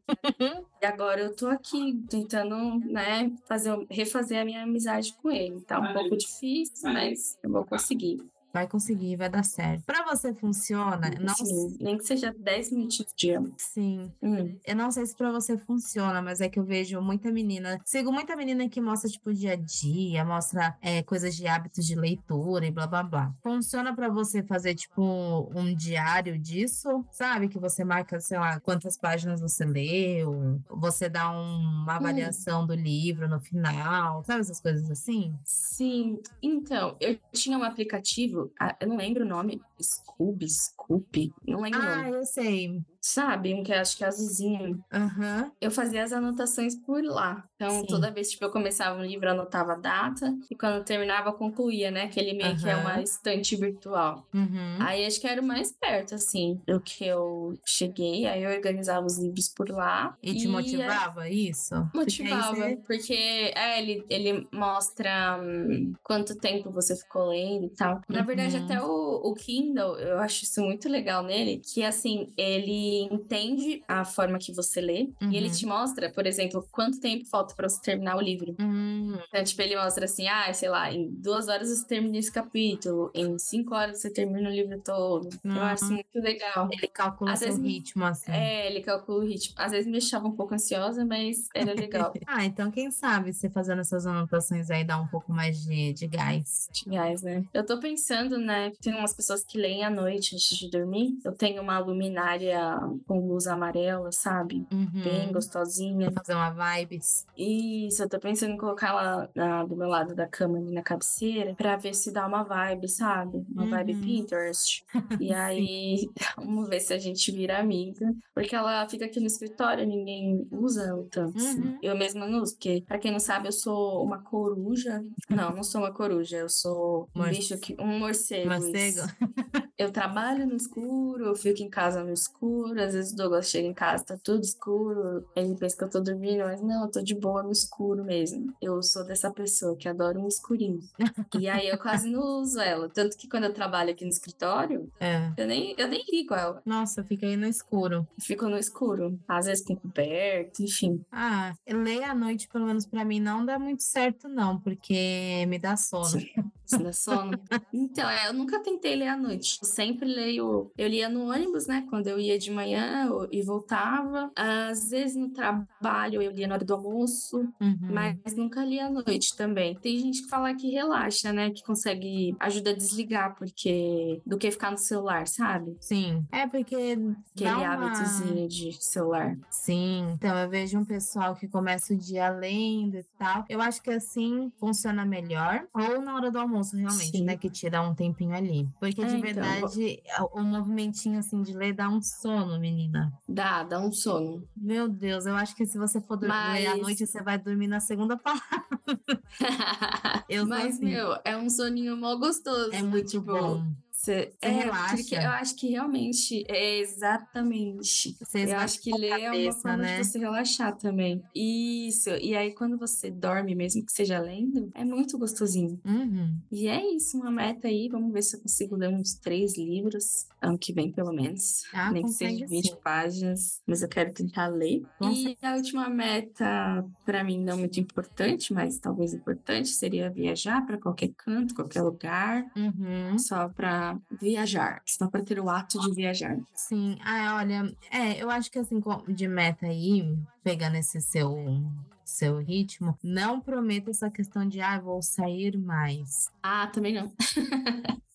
S1: e agora eu tô aqui tentando, né, fazer, refazer a minha amizade com ele. Tá um pouco difícil, mas eu vou conseguir.
S2: Vai conseguir, vai dar certo. Pra você funciona? Não
S1: Sim, nem que seja 10 minutinhos de dia.
S2: Sim.
S1: Hum,
S2: Eu não sei se pra você funciona, mas é que eu vejo muita menina. Sigo muita menina que mostra, tipo, dia a dia, mostra é, coisas de hábitos de leitura e blá blá blá. Funciona pra você fazer, tipo, um, um diário disso? Sabe? Que você marca, sei lá, quantas páginas você leu, você dá um- uma
S1: Hum.
S2: avaliação do livro no final, sabe? Essas coisas assim?
S1: Sim, então, eu tinha um aplicativo, ah, eu não lembro o nome, Scoob, Scoop, não lembro o nome.
S2: Ah, eu sei.
S1: Sabe, um que eu acho que é azulzinho.
S2: Aham.
S1: Eu fazia as anotações por lá. Então,
S2: Sim.
S1: toda vez que tipo, eu começava um livro, eu anotava a data. E quando eu terminava, eu concluía, né? Aquele meio que é uma
S2: Aham.
S1: estante virtual.
S2: Uhum.
S1: Aí acho que era o mais perto, assim, do que eu cheguei. Aí eu organizava os livros por lá.
S2: E te
S1: aí
S2: motivava isso? Porque aí
S1: é Motivava,
S2: você-
S1: porque é, ele, ele mostra hum, quanto tempo você ficou lendo e tal. Na verdade,
S2: Uhum.
S1: até o, o Kindle, eu acho isso muito legal nele, que assim, ele entende a forma que você lê
S2: Uhum.
S1: e ele te mostra, por exemplo, quanto tempo falta pra você terminar o livro.
S2: Hum,
S1: Então, tipo, ele mostra assim, ah, sei lá, em duas horas você termina esse capítulo, em cinco horas você termina o livro todo. Eu acho isso muito legal.
S2: Ele calcula o
S1: Às
S2: seu
S1: vezes-
S2: ritmo, assim.
S1: É, ele calcula o ritmo. Às vezes me deixava um pouco ansiosa, mas era legal.
S2: Ah, então quem sabe você fazendo essas anotações aí dá um pouco mais de, de gás.
S1: Gás, né? Eu tô pensando, né? Tem umas pessoas que leem à noite antes de dormir. Eu tenho uma luminária com luz amarela, sabe?
S2: Uhum.
S1: Bem gostosinha.
S2: Fazer uma vibes.
S1: Isso, eu tô pensando em colocar ela na- do meu lado da cama, ali na cabeceira, pra ver se dá uma vibe, sabe? Uma vibe
S2: Uhum.
S1: Pinterest. E aí, vamos ver se a gente vira amiga. Porque ela fica aqui no escritório, ninguém usa ela tanto. assim.
S2: Uhum.
S1: Eu mesma não uso, porque, pra quem não sabe, eu sou uma coruja. Não, não sou uma coruja, eu sou um
S2: Mor-
S1: bicho que. Um morcego. isso.
S2: Morcego?
S1: Eu trabalho no escuro, eu fico em casa no escuro. Às vezes o Douglas chega em casa, tá tudo escuro. Ele pensa que eu tô dormindo, mas não, eu tô de boa no escuro mesmo. Eu sou dessa pessoa que adora um escurinho. E aí eu quase não uso ela. Tanto que quando eu trabalho aqui no escritório,
S2: É.
S1: eu nem, eu nem ligo ela.
S2: Nossa, fica aí no escuro.
S1: Fico no escuro. Às vezes com coberto, enfim.
S2: Ah, ler à noite, pelo menos pra mim, não dá muito certo, não, porque me dá sono.
S1: Isso dá sono. Então, é, eu nunca tentei ler à noite. Eu sempre leio. Eu lia no ônibus, né? Quando eu ia de manhã eu- e voltava. Às vezes no trabalho eu lia na hora do almoço,
S2: Uhum.
S1: mas nunca li à noite também. Tem gente que fala que relaxa, né? Que consegue ajuda a desligar, porque do que ficar no celular, sabe?
S2: Sim. É porque.
S1: Aquele
S2: dá uma-
S1: hábitozinho de celular.
S2: Sim, então eu vejo um pessoal que começa o dia lendo e tal. Eu acho que assim funciona melhor. Ou na hora do almoço, realmente,
S1: Sim.
S2: né? Que tira um tempinho ali. Porque de
S1: É, então, eu
S2: verdade, o o movimentinho assim de ler dá um sono, menina.
S1: Dá, dá um sono.
S2: Meu Deus, eu acho que se você for dor- ler à
S1: Mas-
S2: noite, você vai dormir na segunda parte. Eu sou
S1: Mas,
S2: assim.
S1: meu, é um soninho mó gostoso.
S2: É muito
S1: tipo,
S2: bom.
S1: Cê,
S2: Você
S1: é,
S2: relaxa.
S1: porque eu acho que realmente, é exatamente.
S2: Você
S1: Eu
S2: esvazia
S1: acho que
S2: a
S1: ler é uma
S2: cabeça,
S1: forma
S2: né?
S1: de você relaxar também. Isso. E aí, quando você dorme, mesmo que seja lendo, é muito gostosinho.
S2: Uhum.
S1: E é isso, uma meta aí. Vamos ver se eu consigo ler uns três livros, ano que vem, pelo menos.
S2: Ah,
S1: Nem que seja de
S2: consegue
S1: 20
S2: sim.
S1: páginas, mas eu quero tentar ler.
S2: Com
S1: E a última meta, para mim, não muito importante, mas talvez importante, seria viajar para qualquer canto, qualquer lugar
S2: Uhum.
S1: só pra viajar, só pra ter o ato de viajar.
S2: Sim, ah, olha, é, eu acho que assim, co- de meta aí, pegando esse seu seu ritmo, não prometa essa questão de, ah, vou sair mais.
S1: Ah, também não.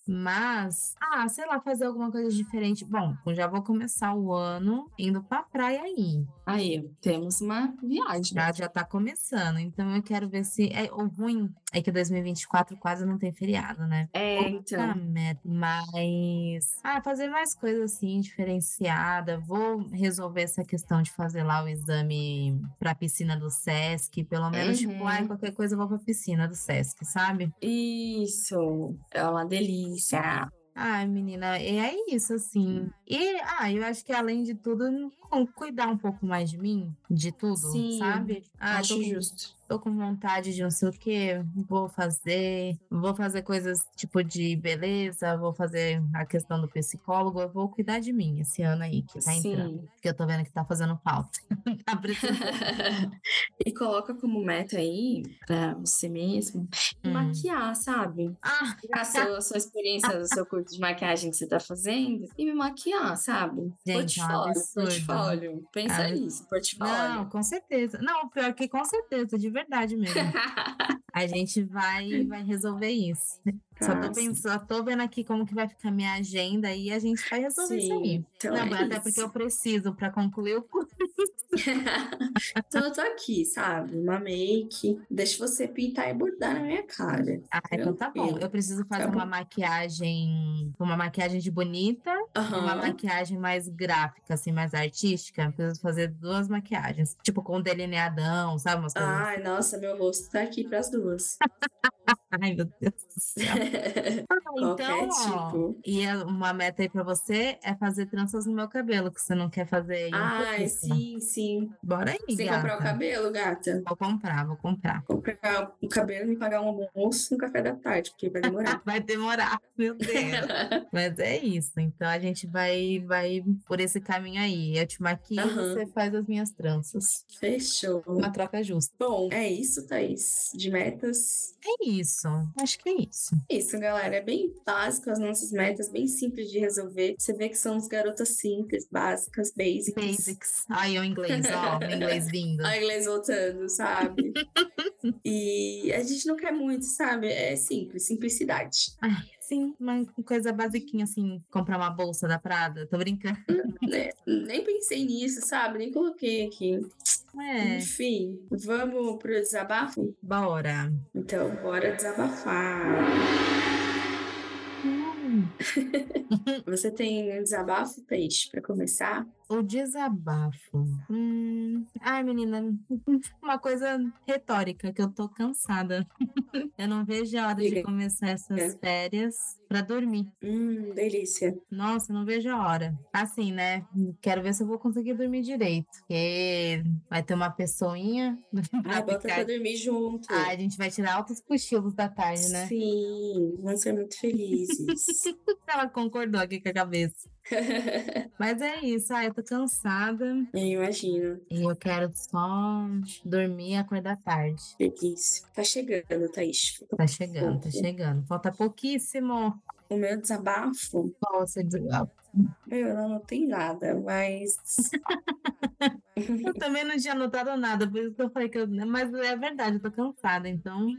S2: Mas, ah, sei lá, fazer alguma coisa diferente. Bom, eu já vou começar o ano indo pra praia aí.
S1: Aí, temos uma viagem.
S2: Já, já tá começando. Então eu quero ver se. É, o ruim é que 2024 quase não tem feriado, né?
S1: É, então.
S2: Puta merda. Mas. Ah, fazer mais coisa assim, diferenciada. Vou resolver essa questão de fazer lá o exame pra piscina do Sesc. Pelo menos, tipo,
S1: Uhum.
S2: ai, qualquer coisa eu vou pra piscina do Sesc, sabe?
S1: Isso. É uma delícia.
S2: Tá Ai, menina, e é isso, assim. E, ah, eu acho que além de tudo, cu- cuidar um pouco mais de mim, de tudo,
S1: Sim,
S2: sabe? Ah, tô
S1: Acho
S2: com-
S1: justo.
S2: tô com vontade de não sei o quê, vou fazer, vou fazer coisas tipo de beleza, vou fazer a questão do psicólogo, eu vou cuidar de mim esse ano aí que tá entrando,
S1: Sim.
S2: porque eu tô vendo que tá fazendo falta. Tá precisando.
S1: e coloca como meta aí, pra você mesmo,
S2: Hum.
S1: maquiar, sabe?
S2: Ah,
S1: A sua, a sua experiência do seu curso de maquiagem que você tá fazendo e me maquiar, sabe?
S2: Gente, é um
S1: portfólio,
S2: absurdo.
S1: portfólio. Pensa
S2: É um-
S1: nisso, portfólio.
S2: não, com certeza. Não, pior que com certeza, de verdade mesmo. A gente vai, vai resolver isso. Só tô,
S1: Nossa.
S2: pensando, só tô vendo aqui como que vai ficar minha agenda e a gente vai resolver isso aí.
S1: Sim, então
S2: Não,
S1: é
S2: até porque
S1: isso.
S2: eu preciso para concluir o curso.
S1: Então eu tô aqui, sabe? Uma make. Deixa você pintar e bordar na minha cara.
S2: Ah, então tá bom.
S1: Tranquilo.
S2: Eu preciso fazer
S1: bom.
S2: uma maquiagem, uma maquiagem de bonita, e uma
S1: Aham.
S2: maquiagem mais gráfica, assim, mais artística. Eu Preciso fazer duas maquiagens, tipo com delineadão, sabe? Umas coisas. assim.
S1: Ai, nossa, meu rosto tá aqui pras duas.
S2: Ah, assim. Ai, meu Deus do céu. Ah,
S1: Qualquer
S2: então, ó,
S1: tipo.
S2: E a- uma meta aí pra você é fazer tranças no meu cabelo, que você não quer fazer aí. um
S1: Ai,
S2: pouquinho.
S1: sim, sim.
S2: Bora aí,
S1: Você
S2: gata.
S1: comprar o cabelo, gata?
S2: Vou comprar, vou comprar.
S1: Comprar o cabelo e me pagar um almoço e um café da tarde, porque vai demorar.
S2: Vai demorar, meu Deus. Mas é isso. Então a gente vai, vai por esse caminho aí. Eu te maquio e
S1: Aham.
S2: você faz as minhas tranças.
S1: Fechou.
S2: Uma troca justa.
S1: Bom, é isso, Thaís. De metas.
S2: É isso. Acho que é isso.
S1: É isso, galera. É bem básico as nossas metas, bem simples de resolver. Você vê que somos garotas simples, básicas, basics.
S2: Basics. Aí o inglês, ó. o inglês vindo.
S1: A inglês voltando, sabe? e a gente não quer muito, sabe? É simples, simplicidade.
S2: Ah, sim, uma coisa basiquinha assim. Comprar uma bolsa da Prada. Tô brincando.
S1: né? Nem pensei nisso, sabe? Nem coloquei aqui.
S2: É.
S1: Enfim, vamos pro desabafo?
S2: Bora.
S1: Então, bora desabafar.
S2: Hum.
S1: Você tem um desabafo, Peixe, pra começar?
S2: O desabafo. Hum, Ai, menina, uma coisa retórica, que eu tô cansada. Eu não vejo a hora de
S1: Diga.
S2: começar essas
S1: É.
S2: férias pra dormir.
S1: Hum, delícia.
S2: Nossa, eu não vejo a hora. Assim, né? Quero ver se eu vou conseguir dormir direito. Porque vai ter uma pessoinha pra
S1: Ai, Ah, bota pra
S2: ficar.
S1: dormir junto.
S2: Ai, a gente vai tirar altos cochilos da tarde, né?
S1: Sim, vão ser muito felizes.
S2: Ela concordou aqui com a cabeça. Mas é isso, ai, eu tô cansada.
S1: Eu imagino.
S2: E eu quero só dormir e acordar tarde.
S1: Delícia. Tá chegando, Thaís.
S2: Tá chegando, tá
S1: Pouco.
S2: chegando. Falta pouquíssimo.
S1: O meu desabafo
S2: Qual você diz? Ah,
S1: Meu, eu não tem nada, mas.
S2: Eu também não tinha anotado nada, por isso que eu falei que eu. Mas é verdade, eu tô cansada, então.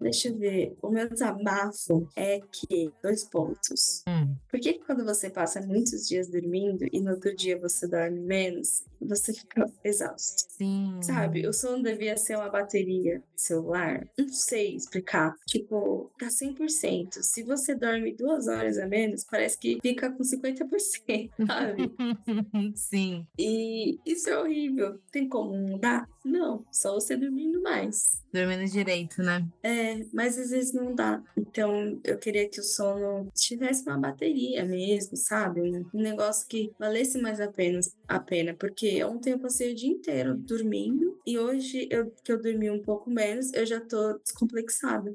S1: Deixa eu ver. O meu desabafo é que. Dois pontos.
S2: Hum.
S1: Por que que quando você passa muitos dias dormindo e no outro dia você dorme menos, você fica exausto?
S2: Sim.
S1: Sabe, o sono devia ser uma bateria de celular. Não sei explicar. Tipo, tá 100%. Se você dorme duas horas a menos, parece que fica com 50%, sabe?
S2: Sim.
S1: E isso é horrível. Tem como mudar? Não, só você dormindo mais.
S2: Dormindo direito, né?
S1: É, mas às vezes não dá. Então eu queria que o sono tivesse uma bateria mesmo, sabe? Um um negócio que valesse mais a pena, a pena. Porque é ontem eu passei assim, o dia inteiro dormindo e hoje eu, que eu dormi um pouco menos, eu já tô descomplexada.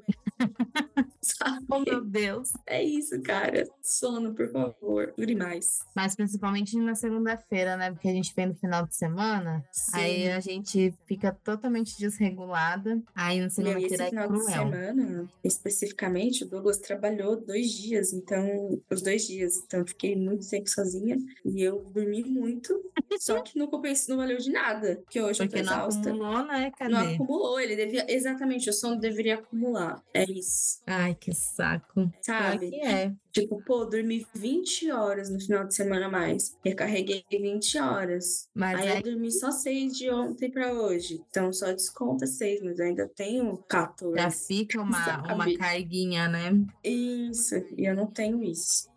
S1: sabe?
S2: Oh, meu Deus.
S1: É isso, cara. Sono, por favor. Dure mais.
S2: Mas principalmente na segunda-feira, né? Porque a gente vem no final de semana,
S1: Sim.
S2: aí a gente fica totalmente desregulada. Aí no
S1: Meu, e esse
S2: segunda-feira é
S1: final de
S2: cruel.
S1: semana, especificamente, o Douglas trabalhou dois dias, então, os dois dias, então eu fiquei muito tempo sozinha e eu dormi muito, só que não compensa, não valeu de nada, porque hoje
S2: Porque
S1: eu tô
S2: não
S1: exausta. É,
S2: acumulou, né? Cadê?
S1: Não acumulou, ele devia, exatamente, o sono deveria acumular, é isso,
S2: Ai, que saco. Pior
S1: sabe?
S2: que é.
S1: Tipo, pô, eu dormi 20 horas no final de semana a mais, recarreguei 20 horas.
S2: Mas
S1: Aí
S2: é
S1: eu dormi só 6 de ontem pra hoje. Então só desconta 6, mas eu ainda tenho 14.
S2: Já fica uma,
S1: Sabe?
S2: uma carguinha, né?
S1: Isso, e eu não tenho isso.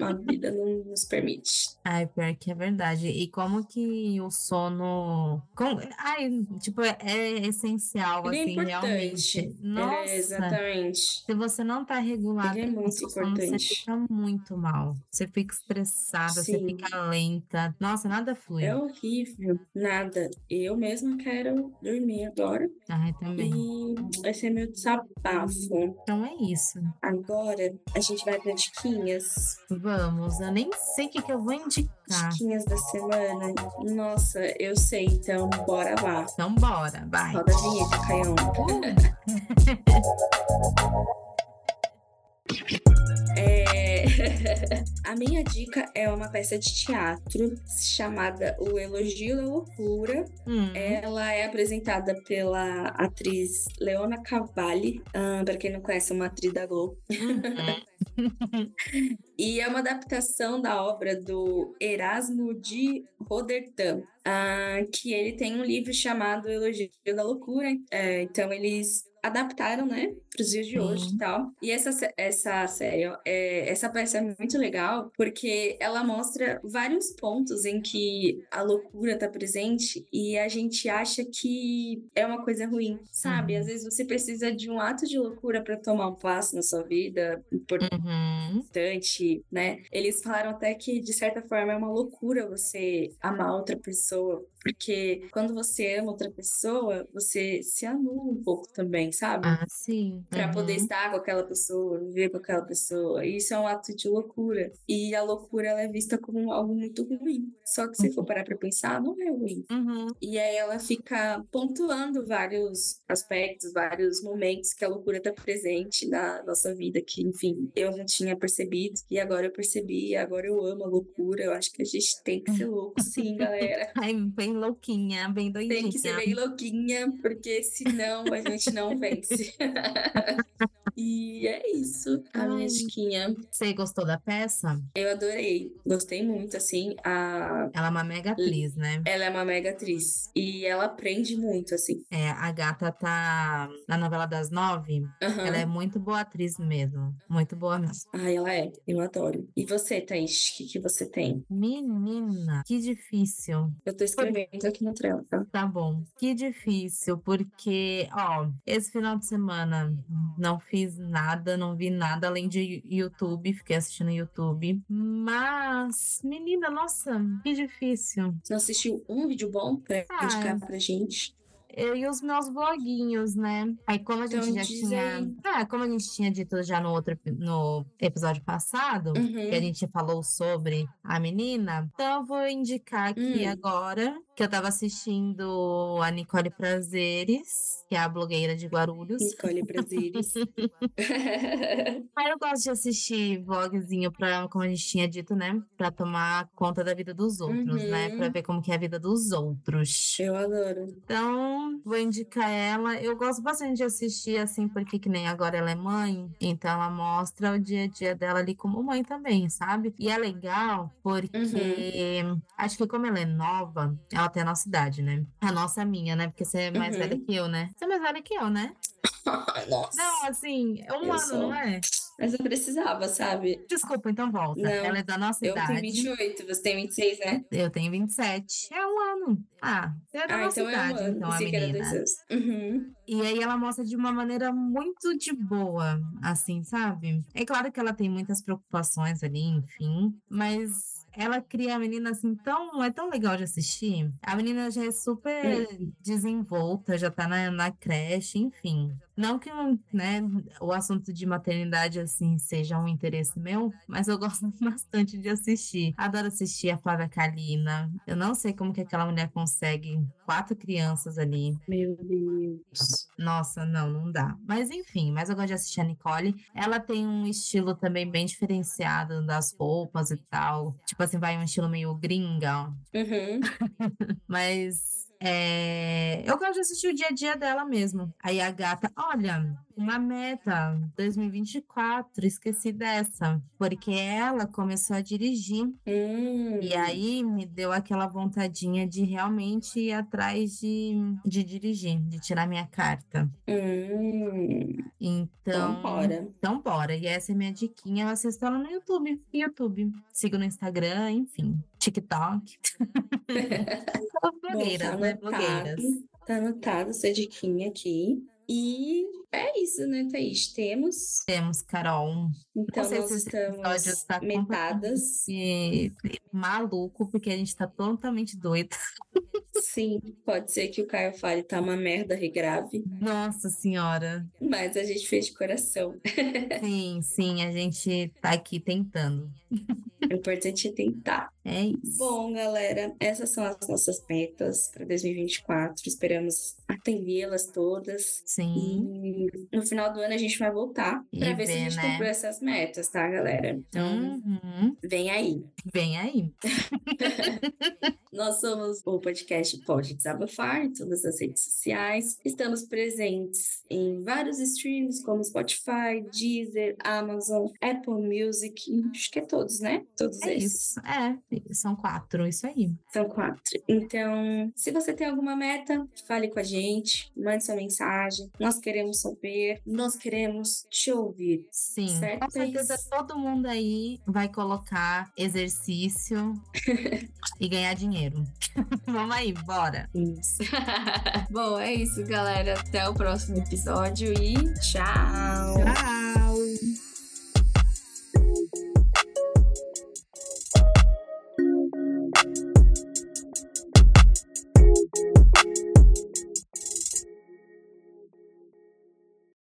S1: A vida não nos permite.
S2: Ai, pior que é verdade. E como que o sono. Como... Ai, tipo, é, é essencial,
S1: Ele é
S2: assim,
S1: importante.
S2: realmente. Nossa,
S1: É, exatamente.
S2: se você não tá regulado,
S1: Ele é muito
S2: você
S1: importante.
S2: fica muito mal. Você fica estressada, você
S1: Sim.
S2: fica lenta. Nossa, nada flui.
S1: É horrível, nada. Eu mesma quero dormir agora.
S2: Ai, também.
S1: E esse é meu desabafo.
S2: Então é isso.
S1: Agora a gente vai para diquinhas.
S2: Vamos, eu nem sei o que, que eu vou indicar.
S1: Diquinhas da semana. Nossa, eu sei, então bora lá.
S2: Então bora, vai.
S1: Roda a vinheta, Caião. É, A minha dica é uma peça de teatro chamada O Elogio da Loucura.
S2: Hum,
S1: Ela é apresentada pela atriz Leona Cavalli, ah, para quem não conhece, é uma atriz da Globo. E é uma adaptação da obra do Erasmo de Rotterdam, ah, que ele tem um livro chamado Elogio da Loucura. eh, então eles adaptaram, né, para os dias de hoje
S2: Sim.
S1: e tal. E essa, sé- essa série, ó, é, essa peça é muito legal porque ela mostra vários pontos em que a loucura está presente e a gente acha que é uma coisa ruim, sabe?
S2: Uhum.
S1: Às vezes você precisa de um ato de loucura para tomar um passo na sua vida, por
S2: uhum.
S1: importante, né? Eles falaram até que, de certa forma, é uma loucura você amar outra pessoa, porque quando você ama outra pessoa, você se anula um pouco também, sabe?
S2: Ah, sim.
S1: Pra
S2: uhum.
S1: poder estar com aquela pessoa, viver com aquela pessoa. E Isso é um ato de loucura. E a loucura ela é vista como algo muito ruim. Só que se for parar pra pensar, não é ruim.
S2: Uhum.
S1: E aí ela fica pontuando vários aspectos, vários momentos que a loucura está presente na nossa vida, que, enfim, eu não tinha percebido, e agora eu percebi, e agora eu amo a loucura. Eu acho que a gente tem que ser louco, sim, galera.
S2: Ai, bem louquinha, bem doidinha.
S1: Tem que ser bem louquinha, porque senão a gente não vence. e é isso, a
S2: Ai.
S1: minha diquinha.
S2: Você gostou da peça?
S1: Eu adorei, gostei muito, assim, a...
S2: Ela é uma mega atriz, né?
S1: Ela é uma mega atriz e ela aprende muito, assim.
S2: É, a gata tá na novela das nove.
S1: Aham.
S2: Ela é muito boa atriz mesmo. Muito boa mesmo.
S1: Ai, ela é. Eu adoro. E você, Thaís, o que, que você tem?
S2: Menina, que difícil.
S1: Eu tô escrevendo aqui no trela, tá?
S2: Tá bom. Que difícil, porque, ó, esse final de semana não fiz nada, não vi nada além de YouTube, fiquei assistindo YouTube. Mas, menina, nossa, que difícil.
S1: Você não assistiu um vídeo bom pra
S2: Ah,
S1: indicar pra gente?
S2: Eu e os meus bloguinhos, né? Aí como a gente
S1: Então
S2: já
S1: diz
S2: tinha,
S1: aí.
S2: ah, como a gente tinha dito já no outro epi- no episódio passado, que a
S1: Uhum.
S2: gente falou sobre a menina, então eu vou indicar aqui
S1: Hum.
S2: agora que eu tava assistindo a Nicole Prazeres, que é a blogueira de Guarulhos.
S1: Nicole Prazeres.
S2: Aí eu gosto de assistir vlogzinho pra, como a gente tinha dito, né? Pra tomar conta da vida dos outros, né? Pra
S1: Uhum.
S2: ver como que é a vida dos outros.
S1: Eu adoro.
S2: Então, vou indicar ela. Eu gosto bastante de assistir, assim, porque que nem agora ela é mãe, então ela mostra o dia a dia dela ali como mãe também, sabe? E é legal porque
S1: Uhum.
S2: acho que como ela é nova, ela tem a nossa idade, né? A nossa minha, né? Porque você é mais velha
S1: Uhum.
S2: que eu, né? Você é mais velha que eu, né?
S1: Nossa.
S2: Não, assim, é um
S1: Eu
S2: ano,
S1: sou.
S2: não é?
S1: Mas eu precisava, sabe?
S2: Desculpa, então volta.
S1: Não,
S2: Ela é da nossa
S1: Eu tenho um.
S2: idade.
S1: 28, você tem 26, né?
S2: Eu tenho 27. É um ano. Ah, você é da
S1: Ah,
S2: nossa
S1: então é um
S2: idade,
S1: ano.
S2: então, a
S1: Pensei que era dois
S2: menina.
S1: anos. Uhum.
S2: E aí ela mostra de uma maneira muito de boa, assim, sabe? É claro que ela tem muitas preocupações ali, enfim, mas ela cria a menina assim tão, é tão legal de assistir. A menina já é super desenvolta, já tá na, na creche, enfim. Não que né, o assunto de maternidade assim seja um interesse meu, mas eu gosto bastante de assistir. Adoro assistir a Flávia Kalina. Eu não sei como que aquela mulher consegue quatro crianças ali.
S1: Meu Deus.
S2: Nossa, não, não dá. Mas enfim, mas eu gosto de assistir a Nicole. Ela tem um estilo também bem diferenciado das roupas e tal. Tipo assim, vai um estilo meio gringa.
S1: Uhum.
S2: Mas é, eu gosto de assistir o dia a dia dela mesmo. Aí a gata, olha, uma meta 2024, esqueci dessa, porque ela começou a dirigir
S1: Hum.
S2: e aí me deu aquela vontadinha de realmente ir atrás de, de dirigir, de tirar minha carta.
S1: Hum. Então,
S2: Então,
S1: bora.
S2: então bora. E essa é minha diquinha, eu assisto ela no YouTube, YouTube. Sigo no Instagram, enfim, TikTok. blogueiras,
S1: Bom,
S2: né?
S1: tá
S2: Blogueiras.
S1: anotado. Tá anotado essa diquinha aqui. E é isso, né, Thaís? Temos.
S2: Temos, Carol.
S1: Então,
S2: sei
S1: nós
S2: se esse episódio
S1: estamos
S2: está
S1: metadas.
S2: E, e maluco, porque a gente tá totalmente doida.
S1: Sim, pode ser que o Caio fale tá uma merda regrave,
S2: Nossa senhora.
S1: mas a gente fez de coração.
S2: Sim, sim, a gente tá aqui tentando.
S1: O importante é tentar.
S2: É isso.
S1: Bom, galera, essas são as nossas metas para 2024. Esperamos atendê-las todas.
S2: Sim.
S1: E no final do ano a gente vai voltar
S2: E
S1: para ver, se a
S2: ver,
S1: gente
S2: né?
S1: cumpriu essas metas, tá, galera? Então,
S2: Uhum.
S1: vem aí.
S2: Vem aí.
S1: Nós somos o podcast Pode Desabafar em todas as redes sociais. Estamos presentes em vários streams, como Spotify, Deezer, Amazon, Apple Music, acho que é todos, né? Todos
S2: É
S1: esses.
S2: isso. É, são quatro, isso aí.
S1: São quatro. Então, se você tem alguma meta, fale com a gente, mande sua mensagem. Nós queremos saber, nós queremos te ouvir.
S2: Sim.
S1: Certo,
S2: Com certeza
S1: Thaís?
S2: todo mundo aí vai colocar exercício e ganhar dinheiro. Vamos aí, bora.
S1: Isso. Bom, é isso, galera. Até o próximo episódio e tchau!
S2: Tchau.